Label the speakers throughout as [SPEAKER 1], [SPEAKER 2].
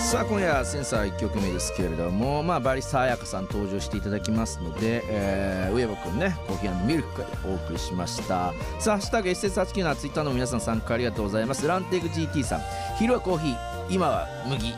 [SPEAKER 1] さあ今夜センサー1曲目ですけれども、まあ、バリスタ彩香さん登場していただきますので、えー、ウエボくんねコーヒーミルクでお送りしましたさあ「ハッシュタグ #SS89」のツイッターの皆さん参加ありがとうございますランテイク GT さん昼はコーヒー今は麦酒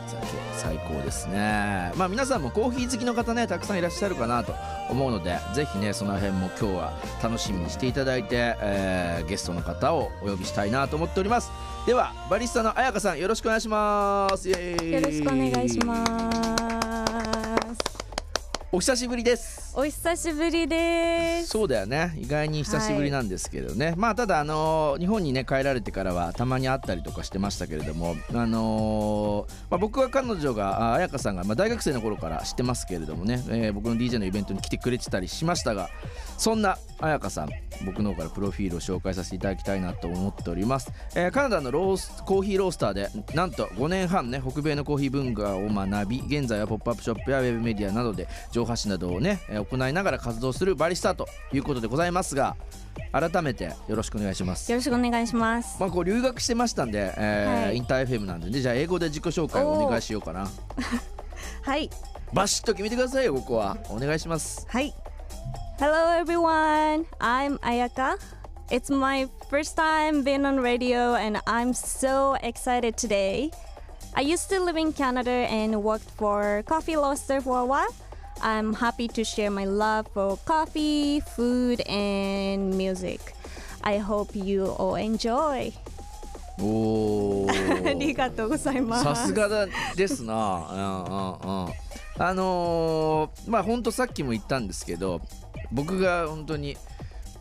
[SPEAKER 1] 最高ですねまあ皆さんもコーヒー好きの方ねたくさんいらっしゃるかなと思うのでぜひねその辺も今日は楽しみにしていただいて、えーゲストの方をお呼びしたいなと思っておりますではバリスタの彩香さんよろしくお願いしますよ
[SPEAKER 2] よろしくお願いします
[SPEAKER 1] お久しぶりです
[SPEAKER 2] お久しぶりです
[SPEAKER 1] そうだよね意外に久しぶりなんですけどね、まあただあのー日本にね帰られてからはたまに会ったりとかしてましたけれどもあのーまあ、僕は彼女があ彩香さんが、まあ、大学生の頃から知ってますけれどもね、えー僕の DJ のイベントに来てくれてたりしましたがそんな彩香さん僕の方からプロフィールを紹介させていただきたいなと思っております、えーカナダのロースコーヒーロースターでなんと5年半ね北米のコーヒー文化を学び現在はポップアップショップやウェブメディアなどで情報発信などをねえー行いながら活動するバリスタということでございますが改めてよろしくお願いします
[SPEAKER 2] よろしくお願いします
[SPEAKER 1] まあこう留学してましたんで、えー
[SPEAKER 2] はい
[SPEAKER 1] インター FM なんでねじゃあ英語で自己紹介をお願いしようかな
[SPEAKER 2] はい
[SPEAKER 1] バシッと決めてくださいよここはお願いし ます
[SPEAKER 2] はい Hello everyone I'm Ayaka It's my first time being on radio and I'm so excited today I used to live in Canada and worked for Coffee Roaster for a while I'm happy to share my love for coffee, food, and music. I hope you all enjoy.
[SPEAKER 1] おお
[SPEAKER 2] ありがとうございます。
[SPEAKER 1] さすがだですな。うんうんうん。あのーまあ本当さっきも言ったんですけど、僕が本当に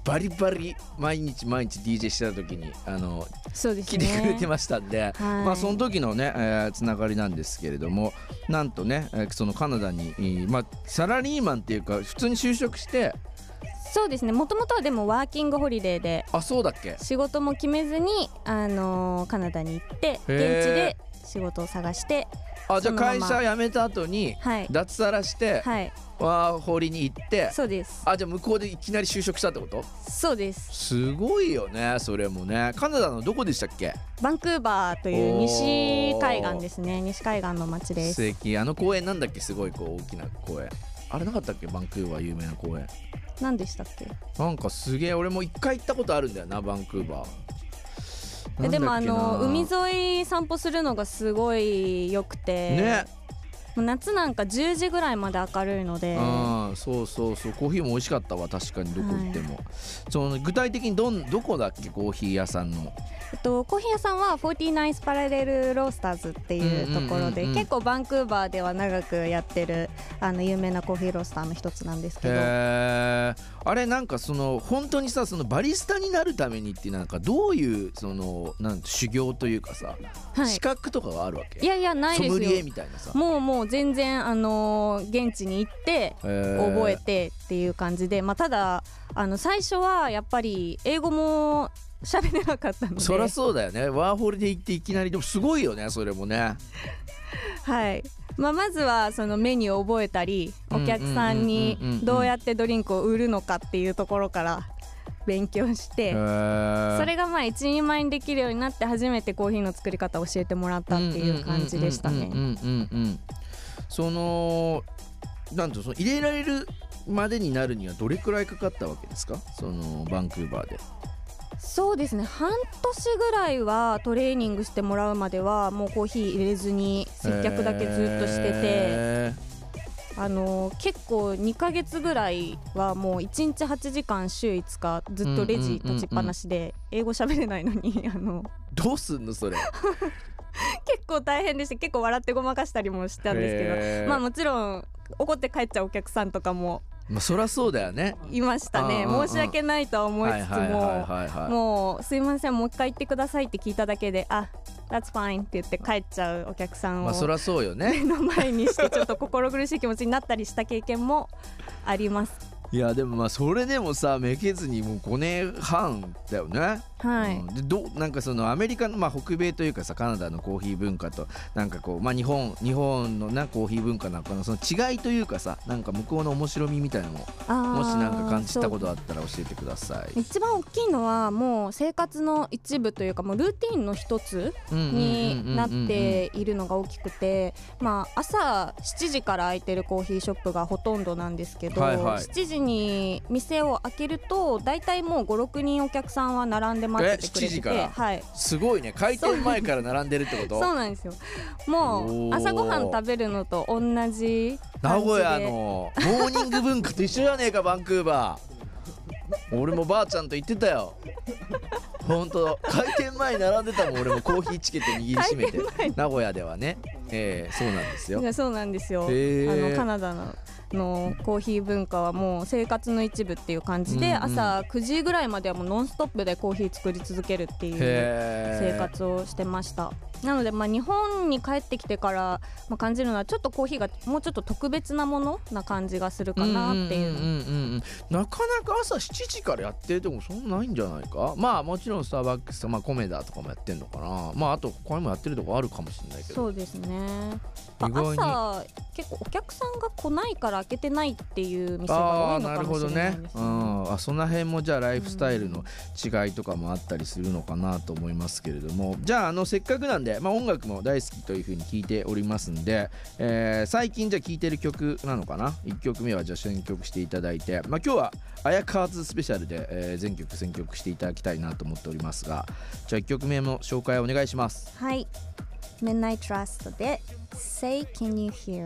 [SPEAKER 1] バリバリ毎日毎日 DJ してた時にあの
[SPEAKER 2] そうです
[SPEAKER 1] 来
[SPEAKER 2] ね。
[SPEAKER 1] てくれてましたんで、
[SPEAKER 2] はい
[SPEAKER 1] まあその時のね、えーつながりなんですけれども、なんとね、えーそのカナダに、えーまあサラリーマンっていうか普通に就職して、
[SPEAKER 2] そうですね。もともとはでもワーキングホリデーで
[SPEAKER 1] あそうだっけ？
[SPEAKER 2] 仕事も決めずにあのーカナダに行って現地で仕事を探して
[SPEAKER 1] あじゃあ
[SPEAKER 2] そのま
[SPEAKER 1] 会
[SPEAKER 2] ま
[SPEAKER 1] 社辞めた後に
[SPEAKER 2] はい
[SPEAKER 1] 脱サラして、
[SPEAKER 2] はい
[SPEAKER 1] ワーホリに行って、
[SPEAKER 2] そうです
[SPEAKER 1] あじゃあ向こうでいきなり就職したってこと？
[SPEAKER 2] そうです
[SPEAKER 1] すごいよねそれもねカナダのどこでしたっけ
[SPEAKER 2] バンクーバーという西海岸ですね西海岸の街です
[SPEAKER 1] 素敵あの公園なんだっけすごいこう大きな公園あれなかったっけバンクーバー有名な公園
[SPEAKER 2] 何でしたっけ
[SPEAKER 1] なんかすげえ俺も一回行ったことあるんだよなバンクーバー
[SPEAKER 2] えでも
[SPEAKER 1] な
[SPEAKER 2] あ
[SPEAKER 1] んだっけな
[SPEAKER 2] の海沿い散歩するのがすごい良くて、
[SPEAKER 1] ね、
[SPEAKER 2] もう夏なんか10時ぐらいまで明るいので
[SPEAKER 1] うんそうそうそうコーヒーも美味しかったわ確かにどこ行っても、その具体的にどんどこだっけコーヒー屋さんの
[SPEAKER 2] えっと、コーヒー屋さんは49スパラレルロースターズっていうところで、
[SPEAKER 1] うんうんうんうん
[SPEAKER 2] 結構バンクーバーでは長くやってるあの有名なコーヒーロースターの一つなんですけど、
[SPEAKER 1] へえあれなんかその本当にさそのバリスタになるためにってなんかどういうそのなん修行というかさ、
[SPEAKER 2] はい
[SPEAKER 1] 資、格とかがあるわけ
[SPEAKER 2] いやいやないで
[SPEAKER 1] ソム
[SPEAKER 2] す
[SPEAKER 1] リエ
[SPEAKER 2] よ
[SPEAKER 1] みたいなさ
[SPEAKER 2] もうもう全然、あのー現地に行って
[SPEAKER 1] 覚
[SPEAKER 2] 覚えてっていう感じで、まあ、ただあの最初はやっぱり英語も喋れなかったので
[SPEAKER 1] そりゃそうだよねワーホリで行っていきなりでもすごいよねそれもね
[SPEAKER 2] はいまあ、まずはそのメニューを覚えたり
[SPEAKER 1] う
[SPEAKER 2] お
[SPEAKER 1] ん
[SPEAKER 2] 客さんに
[SPEAKER 1] うんうんうんうん
[SPEAKER 2] どうやってドリンクを売るのかっていうところから勉強して。そ
[SPEAKER 1] そ
[SPEAKER 2] れがまあ一人前にできるようになって初めてコーヒーの作り方を教えてもらったっていう感じでした
[SPEAKER 1] うんう
[SPEAKER 2] ね。
[SPEAKER 1] んうんうんうんうんそのなんとその入れられるまでになるにはどれくらいかかったわけですかそのバンクーバーで
[SPEAKER 2] そうですね半年ぐらいはトレーニングしてもらうまではもうコーヒー入れずに接客だけずっとしてて
[SPEAKER 1] へ
[SPEAKER 2] あの結構2ヶ月ぐらいはもう1日8時間週5日ずっとレジ立ちっぱなしで英語喋れないのに あの
[SPEAKER 1] ーどうすんのそれ
[SPEAKER 2] 結構大変でして結構笑ってごまかしたりもしたんですけ
[SPEAKER 1] へー
[SPEAKER 2] どまあもちろん怒って帰っちゃうお客さんとかも
[SPEAKER 1] まあそりゃそうだよね
[SPEAKER 2] いましたね
[SPEAKER 1] うんうんうん
[SPEAKER 2] 申し訳ないとは思いつつも
[SPEAKER 1] はいはい
[SPEAKER 2] もうすいませんもう一回言ってくださいって聞いただけであ That's fine って言って帰っちゃうお客さん
[SPEAKER 1] まあそ
[SPEAKER 2] を
[SPEAKER 1] りゃそうよね
[SPEAKER 2] 目の前にしてちょっと心苦しい気持ちになったりした経験もあります
[SPEAKER 1] いやでもまあそれでもさめげずにもう5年半だよね
[SPEAKER 2] はい、
[SPEAKER 1] うんでどうなんかそのアメリカの、まあ、北米というかさカナダのコーヒー文化となんかこう、まあ、日本日本のなコーヒー文化なんかのその違いというかさなんか向こうの面白みみたいなのも
[SPEAKER 2] あー
[SPEAKER 1] もしなんか感じた
[SPEAKER 2] そう
[SPEAKER 1] ことあったら教えてください。
[SPEAKER 2] 一番大きいのはもう生活の一部というかもうルーティンの一つになっているのが大きくてまあ朝7時から開いてるコーヒーショップがほとんどなんですけど、
[SPEAKER 1] はいはい
[SPEAKER 2] 7時に店を開けると大体もう56人お客さんは並んで待っててくれ
[SPEAKER 1] え7時
[SPEAKER 2] てて
[SPEAKER 1] から
[SPEAKER 2] はい
[SPEAKER 1] すごいね開店前から並んでるってこ
[SPEAKER 2] そう
[SPEAKER 1] と
[SPEAKER 2] なんですよも
[SPEAKER 1] お
[SPEAKER 2] う
[SPEAKER 1] ー
[SPEAKER 2] 朝ごはん食べるのと同じ
[SPEAKER 1] 名
[SPEAKER 2] 感じで
[SPEAKER 1] 古屋のモーニング文化と一緒じゃねえかバンクーバー俺もばあちゃんと言ってたよほんと開店前並んでたもん俺もコーヒーチケット握りしめて
[SPEAKER 2] 開店前
[SPEAKER 1] 名古屋ではねええそうなんですよ
[SPEAKER 2] いやそうなんですよ、
[SPEAKER 1] へー
[SPEAKER 2] あのカナダののコーヒー文化はもう生活の一部っていう感じで、
[SPEAKER 1] うんうん
[SPEAKER 2] 朝9時ぐらいまではもうノンストップでコーヒー作り続けるっていう生
[SPEAKER 1] 生
[SPEAKER 2] 活をしてましたなのでまあ日本に帰ってきてから、まあ、感じるのはちょっとコーヒーがもうちょっと特別なものな感じがするかなっていう,、
[SPEAKER 1] んんんうんなかなか朝7時からやってるとこそんなないんじゃないかまあもちろんスターバックスとか、まあ、コメダとかもやってんのかなまああと他にもやってるとこあるかもしれないけど
[SPEAKER 2] そうですねまあ
[SPEAKER 1] 意外に
[SPEAKER 2] 朝結構お客さんが来ないから開けてないっていう店が多
[SPEAKER 1] ああ
[SPEAKER 2] いの
[SPEAKER 1] な
[SPEAKER 2] か
[SPEAKER 1] る
[SPEAKER 2] も
[SPEAKER 1] ほ
[SPEAKER 2] し
[SPEAKER 1] ど
[SPEAKER 2] れな
[SPEAKER 1] ね
[SPEAKER 2] いです、
[SPEAKER 1] う
[SPEAKER 2] ね
[SPEAKER 1] ん、あその辺もじゃあライフスタイルの違いとかもあったりするのかなと思いますけれどもじゃああのせっかくなんで、まあ、音楽も大好きというふうに聞いておりますんで、えー最近じゃあ聴いてる曲なのかな1曲目はじゃあ選曲していただいて、まあ、今日は「あやかわずスペシャルで」えー全曲選曲していただきたいなと思っておりますがじゃあ1曲目の紹介お願いします。
[SPEAKER 2] はい。Midnight Trust で Say Can You Hear